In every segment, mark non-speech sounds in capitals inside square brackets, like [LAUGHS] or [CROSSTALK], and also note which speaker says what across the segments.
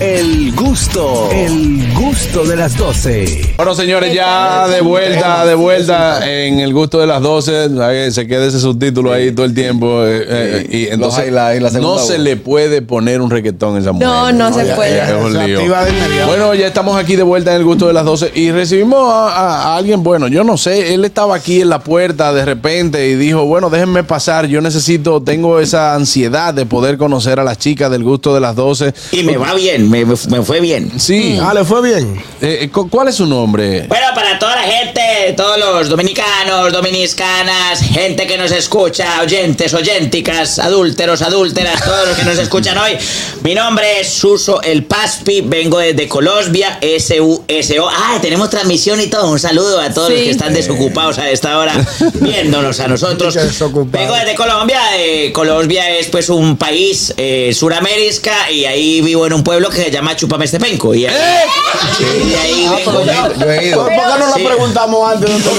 Speaker 1: El gusto, el gusto de las 12.
Speaker 2: Bueno, señores, ya de vuelta, de vuelta en el gusto de las 12. eh, Se queda ese subtítulo ahí todo el tiempo. eh, eh, y entonces
Speaker 3: highlights, la segunda
Speaker 2: no se
Speaker 3: voz.
Speaker 2: le puede poner un reggaetón a esa mujer.
Speaker 4: No, no se puede.
Speaker 2: ya es un
Speaker 3: Se
Speaker 2: lío.
Speaker 3: activa de inmediato.
Speaker 2: Bueno, ya estamos aquí de vuelta en el gusto de las 12 y recibimos a, a- a alguien, bueno, yo no sé, él estaba aquí en la puerta de repente y dijo, bueno, déjenme pasar, yo necesito, tengo esa ansiedad de poder conocer a las chicas del gusto de las 12.
Speaker 5: Y me va bien, me, me fue bien.
Speaker 2: Sí,
Speaker 3: Ah, le fue bien.
Speaker 2: eh, eh, cu- ¿cuál es su nombre?
Speaker 5: Bueno, para toda la gente, todos los dominicanos, dominicanas, gente que nos escucha, oyentes, oyenticas, adúlteros, adúlteras, todos los que nos escuchan hoy. Mi nombre es Suso El Paspi, vengo desde Colombia, S-U-S-O. Ah, tenemos transmisión y todo. Un saludo a todos
Speaker 4: Sí.
Speaker 5: los que están desocupados a esta hora viéndonos a nosotros.
Speaker 3: Desocupado.
Speaker 5: Vengo de Colombia. eh, Colombia es pues un país eh, Suramérica y ahí vivo en un pueblo que se llama Chupamestepenco. Y ahí, Sí, y ahí vengo yo.
Speaker 3: Yo he ido.
Speaker 6: ¿Por qué no nos
Speaker 5: Sí.
Speaker 6: preguntamos antes de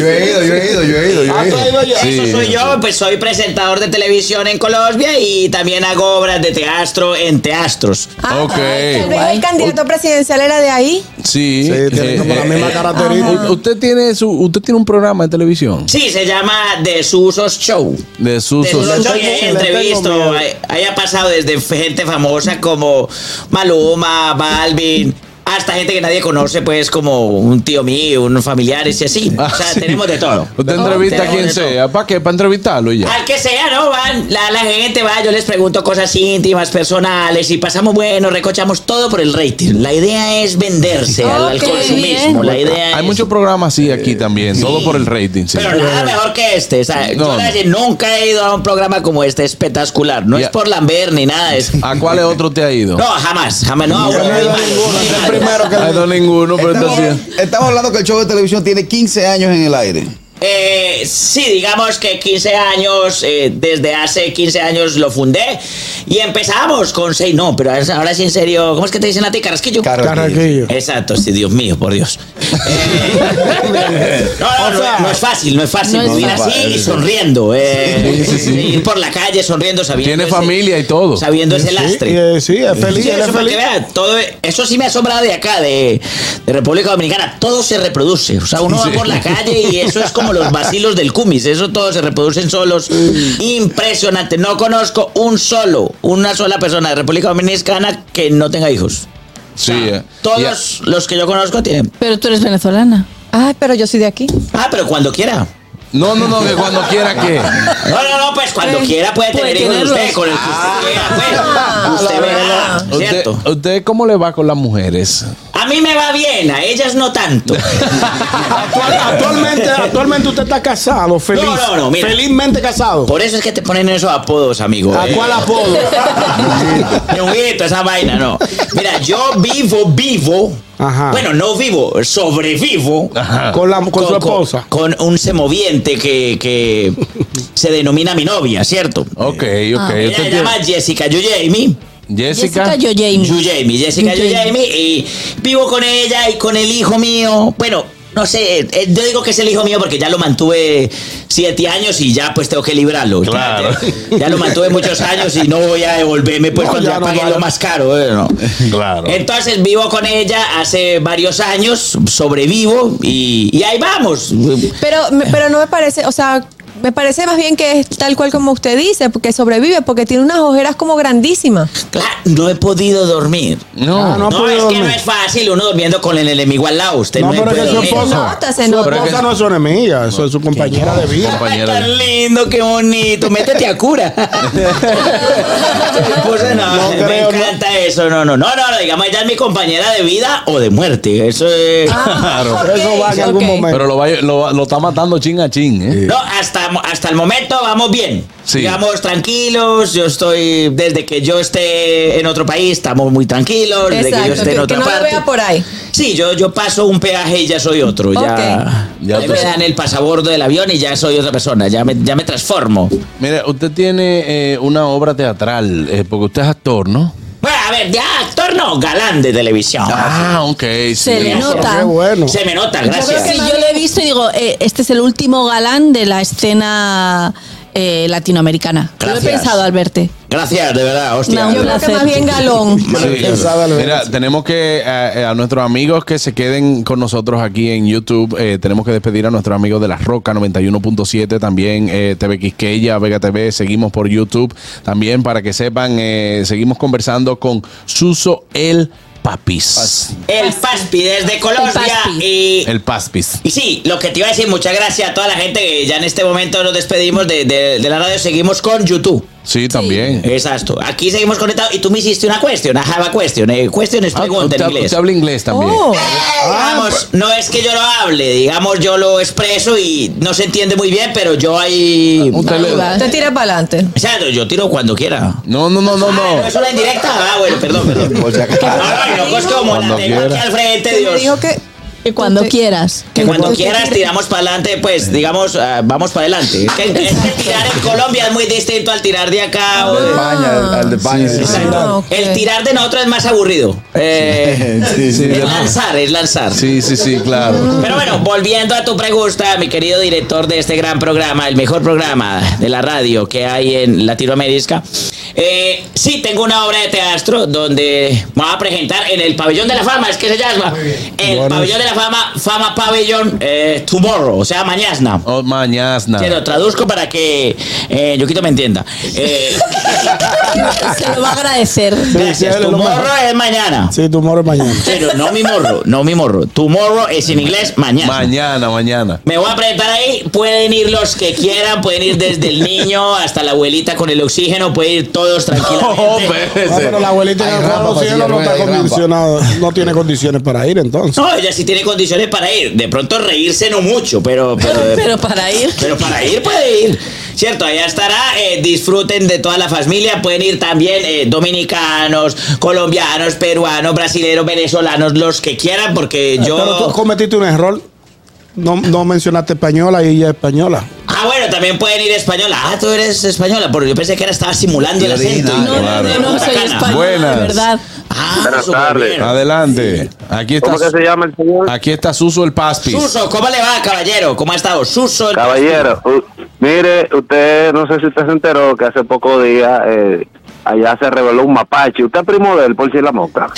Speaker 3: Yo he ido, yo he ido, yo he ido, yo
Speaker 6: Ah,
Speaker 3: he
Speaker 6: tú
Speaker 3: ido.
Speaker 6: has ido ya.
Speaker 2: Sí,
Speaker 5: Eso soy
Speaker 2: sí.
Speaker 5: yo, pues soy presentador de televisión en Colombia y también hago obras de teatro en teatros.
Speaker 4: Ah,
Speaker 2: Ok.
Speaker 4: Tal vez
Speaker 2: Guay.
Speaker 4: el candidato presidencial era de ahí.
Speaker 2: Sí,
Speaker 6: Sí, tiene
Speaker 2: eh,
Speaker 6: como la
Speaker 2: eh,
Speaker 6: misma
Speaker 2: eh,
Speaker 6: característica.
Speaker 2: u- usted tiene su, usted tiene un programa de televisión
Speaker 5: Sí, se llama Desusos Show.
Speaker 2: de sus
Speaker 5: Desusos
Speaker 6: Desusos
Speaker 5: Show y ahí
Speaker 6: Show, le tengo
Speaker 5: entrevisto,
Speaker 6: miedo.
Speaker 5: ahí- ahí ha pasado desde gente famosa como Maluma, Balvin. Hasta gente que nadie conoce, pues, como un tío mío, unos familiares y así.
Speaker 2: Ah,
Speaker 5: o sea,
Speaker 2: sí.
Speaker 5: tenemos de todo.
Speaker 2: Usted entrevista a
Speaker 5: tenemos
Speaker 2: quien
Speaker 5: de todo.
Speaker 2: sea, ¿para qué? Para entrevistarlo y ya.
Speaker 5: Al que sea, ¿no? Van, la, la gente va, yo les pregunto cosas íntimas, personales, y pasamos bueno, recochamos todo por el rating. La idea es venderse al, al
Speaker 4: Ok,
Speaker 5: consumismo.
Speaker 4: bien.
Speaker 5: La idea
Speaker 2: Hay
Speaker 5: es-
Speaker 2: muchos programas así aquí
Speaker 3: Eh,
Speaker 2: también, todo por el rating. Sí.
Speaker 5: Pero nada mejor que este. o sea,
Speaker 2: No,
Speaker 5: yo la
Speaker 2: no.
Speaker 5: verdad, nunca he ido a un programa como este espectacular. No
Speaker 2: Ya.
Speaker 5: es por lamber ni nada. Es,
Speaker 2: ¿A cuál otro te ha ido?
Speaker 5: no, jamás, jamás. No, bueno,
Speaker 3: no he ido a
Speaker 5: ni
Speaker 3: ninguno,
Speaker 5: malo,
Speaker 3: es
Speaker 5: ni
Speaker 3: el
Speaker 5: malo.
Speaker 3: primero que-
Speaker 2: Ay, no ninguno, pero
Speaker 3: Estamos,
Speaker 2: entonces-
Speaker 3: estamos hablando que el show de televisión tiene 15 años en el aire.
Speaker 5: Eh, sí, digamos que 15 años, eh, desde hace 15 años lo fundé y empezamos con seis, no, pero ahora sí en serio, ¿cómo es que te dicen a ti, Carrasquillo?
Speaker 6: Carraquillo.
Speaker 5: Exacto, sí, Dios mío, por [LAUGHS] Dios. Eh, no, no, no, no es fácil, no es fácil
Speaker 4: No es
Speaker 5: vivir
Speaker 3: fácil.
Speaker 5: así y sonriendo. eh, Ir por la calle sonriendo, sabiendo.
Speaker 2: Tiene
Speaker 5: ese-
Speaker 2: familia y todo.
Speaker 5: Sabiendo ese
Speaker 6: Sí,
Speaker 5: lastre.
Speaker 6: eh, sí, es feliz,
Speaker 5: Sí,
Speaker 6: él es
Speaker 5: eso, para que
Speaker 6: feliz.
Speaker 5: vea, todo, eso sí me ha asombrado de acá, de, de República Dominicana. Todo se reproduce. O sea, uno va por la calle y eso es como los vacilos del cumis. Eso todos se reproducen solos. Impresionante. No conozco un solo, una sola persona de República Dominicana que no tenga hijos.
Speaker 2: Sí, eh.
Speaker 5: Todos los que yo conozco tienen.
Speaker 7: Pero tú eres venezolana.
Speaker 4: Ay, pero yo soy de aquí.
Speaker 5: Ah, pero cuando
Speaker 6: [LAUGHS]
Speaker 5: quiera.
Speaker 2: Y- No, no, no, que cuando quiera
Speaker 5: [LAUGHS]
Speaker 2: que.
Speaker 5: No, no, no, pues cuando
Speaker 7: Eh,
Speaker 5: quiera puede
Speaker 7: puede
Speaker 5: tener hijos
Speaker 7: tenerlos.
Speaker 5: usted con el que usted quiera,
Speaker 6: Ah.
Speaker 5: pues. Usted verá,
Speaker 2: Usted,
Speaker 5: ¿cierto?
Speaker 2: ¿Usted cómo le va con las mujeres?
Speaker 5: A mí me va bien, a ellas no tanto. [LAUGHS]
Speaker 6: [LAUGHS] Actual- actualmente, actualmente usted está casado, feliz.
Speaker 5: No, no, no, mira.
Speaker 6: Felizmente casado.
Speaker 5: Por eso es que te ponen esos apodos, amigo.
Speaker 6: ¿A
Speaker 5: eh. [LAUGHS]
Speaker 6: cuál apodo?
Speaker 5: Ñonguito, esa vaina, no. Mira, yo vivo, vivo.
Speaker 6: Ajá.
Speaker 5: Bueno, no vivo, sobrevivo.
Speaker 6: Con, la, con, su esposa.
Speaker 5: Con, un semoviente que,
Speaker 6: [LAUGHS]
Speaker 5: que se denomina mi novia, ¿cierto?
Speaker 6: Este
Speaker 2: Ok, ok.
Speaker 5: Ella
Speaker 2: usted
Speaker 5: se
Speaker 2: tiene-
Speaker 5: Ah, llama Jessica Yuyemi.
Speaker 2: Jessica.
Speaker 7: Jessica yo Jamie.
Speaker 5: Yuyemi, Jessica Yuyemi. Y vivo con ella y con el hijo mío. Bueno, no sé, eh, yo digo que es el hijo mío porque ya lo mantuve siete años y ya pues tengo que librarlo. Ya-
Speaker 2: Claro.
Speaker 5: Ya, ya lo mantuve muchos años y no voy a devolverme pues
Speaker 6: No,
Speaker 5: cuando
Speaker 6: ya
Speaker 5: ya
Speaker 6: no
Speaker 5: pagué
Speaker 6: vale.
Speaker 5: lo más caro. eh, no.
Speaker 2: Claro.
Speaker 5: Entonces vivo con ella hace varios años, sobrevivo y, y ahí vamos.
Speaker 4: Pero, me- pero no me parece, o sea, me parece más bien que es tal cual como usted dice, porque sobrevive, porque tiene unas ojeras como grandísimas.
Speaker 5: Claro, no he podido dormir.
Speaker 2: No.
Speaker 6: Ah, no.
Speaker 5: No,
Speaker 6: ha
Speaker 5: es
Speaker 6: podido
Speaker 5: que no
Speaker 6: dormir.
Speaker 5: es fácil uno durmiendo con el enemigo al lado. Usted no,
Speaker 6: No, pero es
Speaker 5: puede
Speaker 6: que su
Speaker 4: [LAUGHS]
Speaker 5: dormir.
Speaker 6: esposa.
Speaker 4: nota, se
Speaker 6: Su
Speaker 4: nota.
Speaker 6: esposa no es su enemiga, eso es su compañera de vida.
Speaker 5: Ay,
Speaker 2: compañera.
Speaker 5: tan lindo, qué bonito. Métete a cura. Pues, no,
Speaker 6: No
Speaker 5: me
Speaker 6: creo, ¿no?
Speaker 5: encanta eso. No, no, no, no, no, digamos, ella es mi compañera de vida o de muerte. Eso es.
Speaker 4: Ah.
Speaker 2: Claro.
Speaker 6: Eso va en
Speaker 4: Ok,
Speaker 6: algún
Speaker 4: ok.
Speaker 6: momento.
Speaker 2: Pero lo, va- lo, lo está matando chin a chin, ¿eh?
Speaker 5: [LAUGHS] No, hasta, hasta el momento vamos bien.
Speaker 2: Sí.
Speaker 5: Digamos, tranquilos. Yo estoy, desde que yo esté en otro país, estamos muy tranquilos. desde que yo
Speaker 4: Exacto,
Speaker 5: esté
Speaker 4: que,
Speaker 5: en
Speaker 4: que
Speaker 5: otra
Speaker 4: no lo
Speaker 5: parte.
Speaker 4: vea por ahí.
Speaker 5: Sí, yo, yo paso un peaje y ya soy otro. Ya,
Speaker 2: Ok. Ya
Speaker 5: ahí
Speaker 2: tú-
Speaker 5: me dan el pasabordo del avión y ya soy otra persona. Ya me, ya me transformo.
Speaker 2: Mire, usted tiene eh, una obra teatral, eh, porque usted es actor, ¿no?
Speaker 5: Bueno, a ver, ya actor no, galán de televisión.
Speaker 2: Ah, ok. sí.
Speaker 7: Se le
Speaker 6: Pero
Speaker 7: nota.
Speaker 6: Qué bueno.
Speaker 5: Se me nota,
Speaker 7: Yo creo
Speaker 5: gracias.
Speaker 7: que yo le he visto y digo, eh, este es el último galán de la escena eh, latinoamericana. Yo lo he
Speaker 5: Gracias.
Speaker 7: pensado al verte.
Speaker 5: Gracias, de verdad, hostia.
Speaker 7: No,
Speaker 4: Yo creo que
Speaker 7: placer.
Speaker 4: más bien galón.
Speaker 2: Mira, tenemos que eh, eh, a nuestros amigos que se queden con nosotros aquí en YouTube, eh, tenemos que despedir a nuestros amigos de La Roca 91.7, también eh, TV Quisqueya, Vega TV, seguimos por YouTube, también para que sepan, eh, seguimos conversando con Suso el Papis.
Speaker 5: El Paspi desde Colombia
Speaker 7: Paspi.
Speaker 5: y...
Speaker 2: El Paspis.
Speaker 5: Y sí, lo que te iba a decir, muchas gracias a toda la gente que ya en este momento nos despedimos de, de- de la radio, seguimos con YouTube.
Speaker 2: Sí, también. Eh,
Speaker 5: Exacto. Aquí seguimos conectados y tú me hiciste una cuestión, una Java question. Eh, question es
Speaker 2: Ah,
Speaker 5: pregunta
Speaker 2: usted,
Speaker 5: en inglés.
Speaker 2: usted habla inglés también.
Speaker 4: Oh,
Speaker 2: Ah,
Speaker 5: Digamos,
Speaker 2: pues.
Speaker 5: no es que yo lo hable, digamos, yo lo expreso y no se entiende muy bien, pero yo ahí...
Speaker 2: Usted le-
Speaker 7: Ah,
Speaker 4: te tira para adelante.
Speaker 5: O sea, yo tiro cuando quiera.
Speaker 2: No, no, no, no,
Speaker 5: Ah,
Speaker 2: no.
Speaker 5: ¿no es una indirecta? Ah, bueno,
Speaker 2: [LAUGHS]
Speaker 5: perdón, perdón.
Speaker 3: Por si acaso.
Speaker 5: Ay, loco, es pues como la
Speaker 2: Cuando
Speaker 5: tengo aquí
Speaker 2: quiera.
Speaker 5: al frente,
Speaker 4: Me
Speaker 5: Dios.
Speaker 4: dijo que,
Speaker 7: Que cuando
Speaker 4: Entonces-
Speaker 7: quieras.
Speaker 5: Que cuando quieras
Speaker 4: Entonces-
Speaker 5: tiramos para adelante, pues digamos, ah, vamos para adelante. Es que, es que tirar en Colombia es muy distinto al tirar de acá. o de-
Speaker 3: España, al- al de España.
Speaker 2: Sí,
Speaker 3: sí, sí.
Speaker 5: Exacto.
Speaker 4: Ah, ok.
Speaker 5: El tirar de nosotros es más aburrido. Eh,
Speaker 3: Sí, sí.
Speaker 5: es lanzar, es lanzar.
Speaker 2: Sí, sí, sí, claro.
Speaker 5: Pero bueno, volviendo a tu pregunta, mi querido director de este gran programa, el mejor programa de la radio que hay en Latinoamérica. eh, sí, tengo una obra de teatro donde me voy a presentar en el Pabellón de la Fama, es que se llama. El Pabellón de la Fama, Fama Pabellón eh, Tomorrow, o sea, mañana.
Speaker 2: Oh, mañas,
Speaker 5: Te lo traduzco para que eh, Yoquito me entienda. Eh,
Speaker 7: Se lo va a agradecer.
Speaker 5: gracias.
Speaker 6: lo
Speaker 5: Tomorrow es mañana.
Speaker 6: Sí, tu morro es mañana.
Speaker 5: Pero no mi morro, no mi morro. Tomorrow es en inglés mañana.
Speaker 2: Mañana, mañana.
Speaker 5: Me voy a presentar ahí. Pueden ir los que quieran. Pueden ir desde el niño hasta la abuelita con el oxígeno. Pueden ir todos
Speaker 2: Oh,
Speaker 5: tranquilamente.
Speaker 6: Ah,
Speaker 2: espérese.
Speaker 6: pero la abuelita
Speaker 3: Hay
Speaker 6: en el
Speaker 3: rampa,
Speaker 6: Juego del Cielo
Speaker 3: Pasillo
Speaker 6: no está
Speaker 3: Rueda, hay rampa.
Speaker 6: condicionada, no tiene condiciones para ir entonces.
Speaker 5: No, ella sí tiene condiciones para ir. De pronto reírse no mucho, pero... Pero,
Speaker 7: Pero para ir.
Speaker 5: pero para ir puede ir. Cierto, allá estará. eh, disfruten de toda la familia. Pueden ir también eh, dominicanos, colombianos, peruanos, brasileños, venezolanos, los que quieran, porque yo...
Speaker 6: Pero tú cometiste un error. No, no mencionaste española y ella es española.
Speaker 5: Ah, bueno, también pueden ir española. Ah, tú eres española, porque yo pensé que era estaba simulando el acento.
Speaker 3: Original,
Speaker 7: No, no, no, no, soy
Speaker 5: Bacana.
Speaker 7: española,
Speaker 2: Buenas.
Speaker 7: de verdad.
Speaker 5: Ah,
Speaker 8: Buenas
Speaker 5: súper
Speaker 8: tardes.
Speaker 5: bien.
Speaker 2: Adelante. Aquí está,
Speaker 8: ¿Cómo que se llama el señor?
Speaker 2: aquí está Suso el Paspis.
Speaker 5: Suso, ¿cómo le va, caballero? ¿Cómo ha estado? Suso. el-
Speaker 8: Caballero, u- mire, usted, no sé si usted se enteró que hace pocos días eh, allá se reveló un mapache. Usted es primo de él, por si la mosca.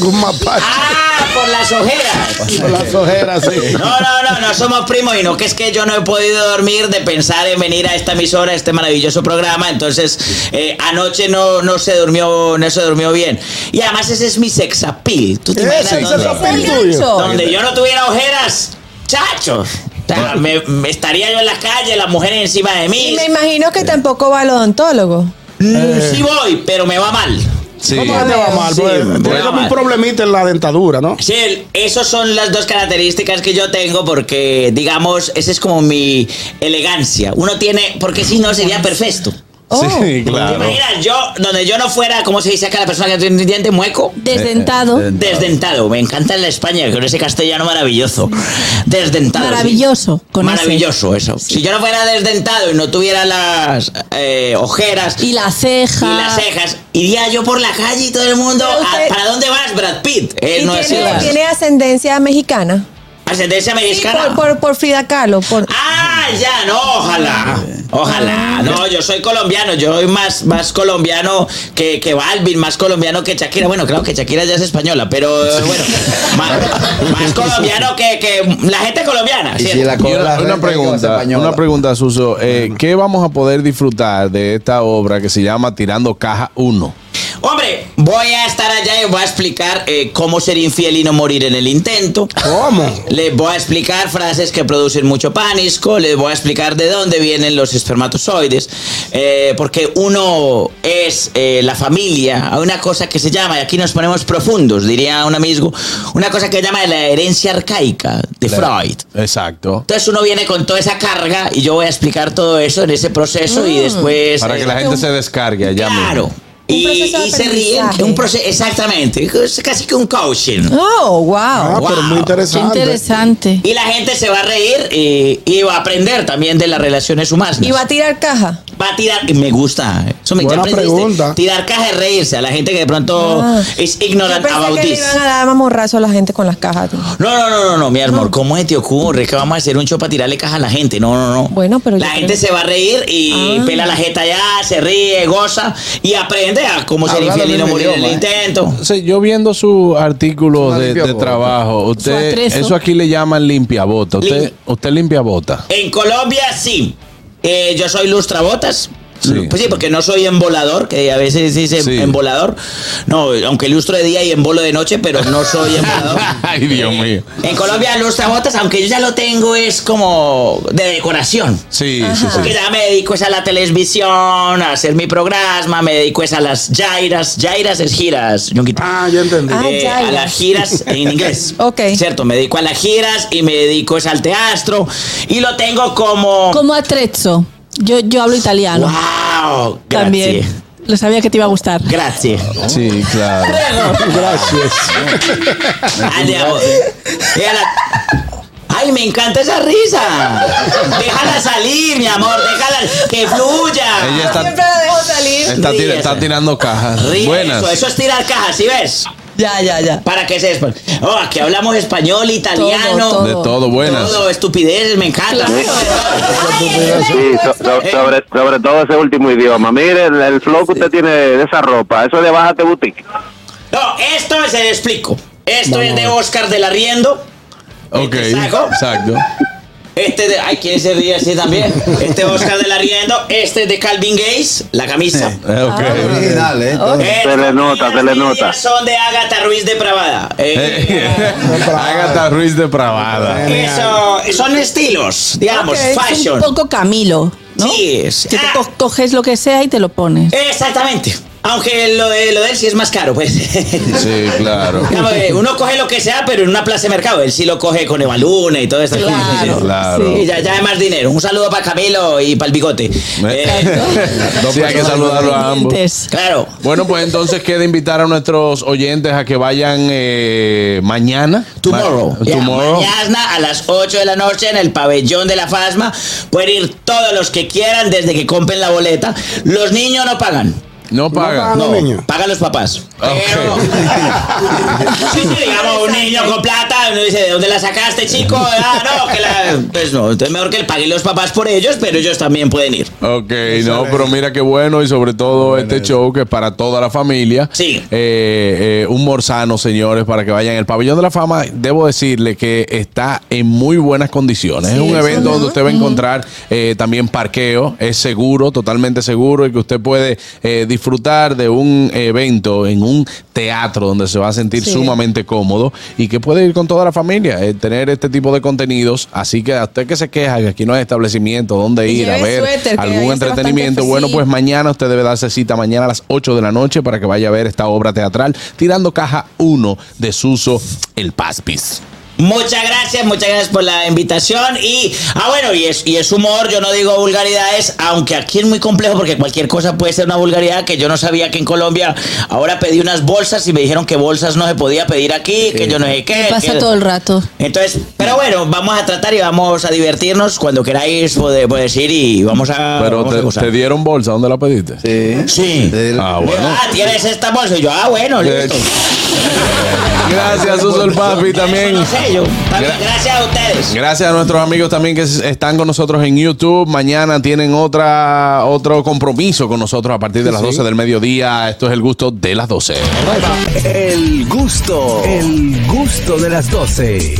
Speaker 6: Un mapache.
Speaker 5: Ah, por las ojeras.
Speaker 6: Con las ojeras, sí.
Speaker 5: No, no, no, no somos primos y no que es que yo no he podido dormir de pensar en venir a esta emisora, a este maravilloso programa. Entonces, eh, anoche no, no se durmió, no se durmió bien. Y además ese es mi sex appeal. ¿Tú te imaginas
Speaker 6: Ese es el
Speaker 5: dónde-
Speaker 6: papel
Speaker 4: Oigan,
Speaker 6: tuyo.
Speaker 4: eso.
Speaker 5: Donde yo no tuviera ojeras, chacho. O sea, me, me estaría yo en la calle, las mujeres encima de
Speaker 4: Y
Speaker 5: mí.
Speaker 4: me imagino que tampoco va al odontólogo.
Speaker 5: Mm, Sí voy, pero me va mal.
Speaker 2: Sí.
Speaker 6: ¿Cómo que te va mal?
Speaker 5: Sí,
Speaker 6: Pues,
Speaker 5: me
Speaker 6: tiene
Speaker 5: va
Speaker 6: como un
Speaker 5: mal.
Speaker 6: problemita en la dentadura, ¿no?
Speaker 5: Sí, el- esas son las dos características que yo tengo porque, digamos, esa es como mi elegancia. Uno tiene, porque si no sería perfecto.
Speaker 6: Oh.
Speaker 2: Sí,
Speaker 5: ¿Te
Speaker 2: claro.
Speaker 5: imaginas? Yo, donde yo no fuera, ¿cómo se dice acá la persona que tiene un diente mueco?
Speaker 7: Desdentado.
Speaker 5: Eh, Desdentado. Me encanta en la España con ese castellano maravilloso. Desdentado. sí.
Speaker 7: Maravilloso. Con ese.
Speaker 5: Maravilloso eso. Si yo no fuera desdentado y no tuviera las eh, ojeras
Speaker 7: Y la
Speaker 5: y
Speaker 7: ceja.
Speaker 5: las cejas, iría yo por la calle y todo el mundo.
Speaker 4: Pero usted-
Speaker 5: "Ah, ¿Para dónde vas, Brad Pitt? Él
Speaker 4: y
Speaker 5: no es
Speaker 4: tiene,
Speaker 5: igual.
Speaker 4: tiene ascendencia mexicana.
Speaker 5: Ascendencia
Speaker 4: Sí, por,
Speaker 5: mexicana.
Speaker 4: por, por Frida Kahlo. Por...
Speaker 5: Ah, ya, no, ojalá. Ojalá. No, yo soy colombiano, yo soy más, más colombiano que, que Balvin, más colombiano que Shakira. Bueno, claro que Shakira ya es española, pero eh,
Speaker 4: [LAUGHS]
Speaker 5: bueno, más, más colombiano que, que la gente colombiana.
Speaker 3: Y
Speaker 5: ¿cierto?
Speaker 3: si la
Speaker 2: Y
Speaker 3: cola
Speaker 2: una,
Speaker 3: recta,
Speaker 2: una
Speaker 3: que va a ser
Speaker 2: pregunta,
Speaker 3: española.
Speaker 2: una pregunta, Suso. Eh, ¿Qué vamos a poder disfrutar de esta obra que se llama Tirando Caja 1?
Speaker 5: Hombre, voy a estar allá y voy a explicar eh, cómo ser infiel y no morir en el intento.
Speaker 6: ¿Cómo?
Speaker 5: Les voy a explicar frases que producen mucho pánico, les voy a explicar de dónde vienen los espermatozoides, eh, porque uno es eh, la familia, hay una cosa que se llama, y aquí nos ponemos profundos, diría un amigo, una cosa que se llama la herencia arcaica de Freud.
Speaker 2: Exacto.
Speaker 5: Entonces uno viene con toda esa carga y yo voy a explicar todo eso en ese proceso y después...
Speaker 2: Para que la
Speaker 5: eh,
Speaker 2: gente se descargue allá. mismo.
Speaker 5: Claro.
Speaker 4: Mm. Un
Speaker 5: Y,
Speaker 4: proceso de
Speaker 5: y se ríen,
Speaker 4: aprendizaje.
Speaker 5: un proceso, exactamente, es casi que un coaching.
Speaker 4: Oh, wow.
Speaker 6: Ah, pero
Speaker 5: Wow.
Speaker 6: muy
Speaker 7: Qué
Speaker 6: interesante.
Speaker 7: interesante.
Speaker 5: Y la gente se va a reír eh, y, va a aprender también de las relaciones humanas.
Speaker 4: Y va a tirar caja.
Speaker 5: para tirar. y Me gusta. Eso me ya
Speaker 6: Buena
Speaker 5: aprendiste.
Speaker 6: pregunta.
Speaker 5: Tirar caja es reírse a la gente que de pronto
Speaker 4: Ah.
Speaker 5: es
Speaker 4: Yo
Speaker 5: ignorant
Speaker 4: pensé
Speaker 5: about
Speaker 4: que le
Speaker 5: this.
Speaker 4: iban a dar mamorrazo a la gente con las cajas.
Speaker 5: No, no, no, no, no, mi amor, ¿cómo se te ocurre que vamos a hacer un show para tirarle caja a la gente? No, no, no.
Speaker 4: Bueno, pero
Speaker 5: La
Speaker 4: yo
Speaker 5: gente
Speaker 4: creo-
Speaker 5: se va a reír y
Speaker 4: Ah.
Speaker 5: pela la jeta allá, se ríe, goza y aprende a cómo ser
Speaker 3: Hablando
Speaker 5: infiel y
Speaker 3: el
Speaker 5: no
Speaker 3: mismo
Speaker 5: morir en el
Speaker 3: idioma,
Speaker 5: intento.
Speaker 2: Sí, yo viendo su artículo
Speaker 3: Una
Speaker 2: de, de
Speaker 3: limpiabota.
Speaker 2: trabajo, usted,
Speaker 7: atrezo.
Speaker 2: eso aquí le llaman limpiabota. Usted,
Speaker 5: Lim-
Speaker 2: usted limpia bota.
Speaker 5: En Colombia sí. Eh, yo soy lustrabotas.
Speaker 2: Sí.
Speaker 5: Pues sí, porque no soy embolador, que a veces dicen
Speaker 2: Sí.
Speaker 5: embolador. No, aunque lustro de día y embolo de noche, pero no soy embolador.
Speaker 2: [LAUGHS] Ay, Dios mío.
Speaker 5: en Colombia lustrabotas, aunque yo ya lo tengo, es como de decoración.
Speaker 2: Sí, sí, sí.
Speaker 5: Porque ya me dedico es a la televisión, a hacer mi programa, me dedico es a las jairas. Jairas es giras, Ñonguito.
Speaker 6: Ah, ya entendí.
Speaker 4: Ah,
Speaker 5: Eh, a
Speaker 4: jairas.
Speaker 5: las giras en inglés.
Speaker 4: Ok.
Speaker 5: Cierto, me dedico a las giras y me dedico es al teatro. Y lo tengo como.
Speaker 7: Como atrezzo. Yo, yo hablo italiano.
Speaker 5: ¡Wow! Gracias.
Speaker 7: Ah, También. Lo sabía que te iba a gustar.
Speaker 5: Gracias.
Speaker 2: Sí, claro.
Speaker 5: Adiós. Déjala- Ay, me encanta esa risa. Déjala salir, mi amor. Déjala que fluya.
Speaker 2: Ella está-
Speaker 4: Siempre la dejo salir.
Speaker 2: Está, tira-
Speaker 5: Ríese.
Speaker 2: está tirando cajas.
Speaker 5: Ríe
Speaker 2: Buenas.
Speaker 5: Eso, eso es tirar cajas, ¿sí ves?
Speaker 7: Ya, ya, ya.
Speaker 5: Para que se después. Oh, aquí hablamos español, italiano.
Speaker 7: Todo,
Speaker 2: De todo, buenas.
Speaker 5: Todo, estupideces, me encanta.
Speaker 8: Sí, so- so- sobre, sobre todo ese último idioma. Mire el, el flow que usted tiene de esa ropa. Eso es de Bájate Boutique.
Speaker 5: No, esto se explico. Esto es de Oscar del Arriendo.
Speaker 2: Ok,
Speaker 5: Este saco.
Speaker 2: exacto.
Speaker 5: Este de. Ay, ¿quién se ríe así también? Este Oscar del Arriendo. Este es de Calvin Gates, la camisa.
Speaker 2: Eh, ok.
Speaker 5: Ah,
Speaker 3: Original, ¿eh? Entonces,
Speaker 5: Eh,
Speaker 8: Se le nota,
Speaker 5: las
Speaker 8: se le
Speaker 5: medias
Speaker 8: nota.
Speaker 5: Son de Agatha Ruiz depravada. Eh,
Speaker 2: [LAUGHS] Agatha Ruiz depravada.
Speaker 5: [LAUGHS] eso, son estilos, digamos,
Speaker 4: Ok, es un
Speaker 7: Ah, Es un
Speaker 5: fashion.
Speaker 7: poco Camilo, ¿no?
Speaker 5: Sí, es.
Speaker 7: Que te
Speaker 5: Ah.
Speaker 7: co- coges lo que sea y te lo pones.
Speaker 5: Exactamente. Aunque lo de, lo de él sí es más caro, pues. [LAUGHS]
Speaker 2: Sí, claro.
Speaker 5: Digamos,
Speaker 2: [LAUGHS]
Speaker 5: eh, Uno coge lo que sea, pero en una plaza de mercado. Él sí lo coge con Evaluna y todo esto.
Speaker 7: Claro,
Speaker 2: Claro.
Speaker 5: Y ya, ya hay más dinero. Un saludo para Camilo y para el bigote. Eh,
Speaker 2: Sí, hay que saludarlo a ambos.
Speaker 7: Dientes.
Speaker 5: claro.
Speaker 2: Bueno, pues entonces queda invitar a nuestros oyentes a que vayan eh, mañana.
Speaker 5: Tomorrow.
Speaker 2: Ma-
Speaker 5: Ya,
Speaker 2: tomorrow.
Speaker 5: Mañana a las 8 de la noche en el pabellón de la Fasma. Pueden ir todos los que quieran desde que compren la boleta. Los niños no pagan.
Speaker 2: No pagan.
Speaker 6: No
Speaker 5: No,
Speaker 6: Los niños.
Speaker 5: pagan los papás.
Speaker 2: Ah, ok.
Speaker 5: Pero, [LAUGHS] Sí, sí, digamos, un niño con plata, uno dice, ¿de dónde la sacaste, chico? Ah, no, que la... Pues no, entonces mejor que le paguen los papás por ellos, pero ellos también pueden ir.
Speaker 2: Ok, no, pero mira qué bueno y sobre todo este show que es para toda la familia.
Speaker 5: Sí.
Speaker 2: Eh, eh, un morzano, señores, para que vayan. El pabellón de la fama, debo decirle que está en muy buenas condiciones. es un evento donde usted va a encontrar eh, también parqueo, es seguro, totalmente seguro, y que usted puede eh, disfrutar de un evento en un teatro donde se va a sentir
Speaker 4: Sí.
Speaker 2: sumamente cómodo y que puede ir con toda la familia, eh, tener este tipo de contenidos. Así que a usted que se queja que aquí no hay establecimiento donde ir a ver
Speaker 4: Lleve suéter, que ahí
Speaker 2: algún
Speaker 4: hace bastante
Speaker 2: entretenimiento. Bueno,
Speaker 4: fresquito.
Speaker 2: pues mañana usted debe darse cita mañana a las 8 de la noche para que vaya a ver esta obra teatral Tirando Caja 1 de Suso El Paspis.
Speaker 5: Muchas gracias, muchas gracias por la invitación. Y, ah, bueno, y es, y es humor, yo no digo vulgaridades, aunque aquí es muy complejo porque cualquier cosa puede ser una vulgaridad que yo no sabía que en Colombia ahora pedí unas bolsas y me dijeron que bolsas no se podía pedir aquí, que yo no sé qué.
Speaker 7: Pasa
Speaker 5: que-
Speaker 7: todo el rato.
Speaker 5: Entonces, pero bueno, vamos a tratar y vamos a divertirnos cuando queráis, pode- podéis ir y vamos a.
Speaker 2: Pero
Speaker 5: Ah, vamos a
Speaker 2: te,
Speaker 5: gozar.
Speaker 2: te dieron bolsa, ¿dónde la pediste?
Speaker 3: sí.
Speaker 5: Sí.
Speaker 3: Del-
Speaker 2: Ah, bueno.
Speaker 5: Ah, tienes esta bolsa. Y yo, ah, bueno,
Speaker 2: Eh,
Speaker 5: listo.
Speaker 2: Gracias, Suso El Paspis también.
Speaker 5: Eso no sé yo. También
Speaker 2: Gra-
Speaker 5: gracias a ustedes.
Speaker 2: Gracias a nuestros amigos también que s- están con nosotros en YouTube. Mañana tienen otra otro compromiso con nosotros a partir de las 12 del mediodía. Esto es el gusto de las 12.
Speaker 1: El gusto, el gusto de las 12.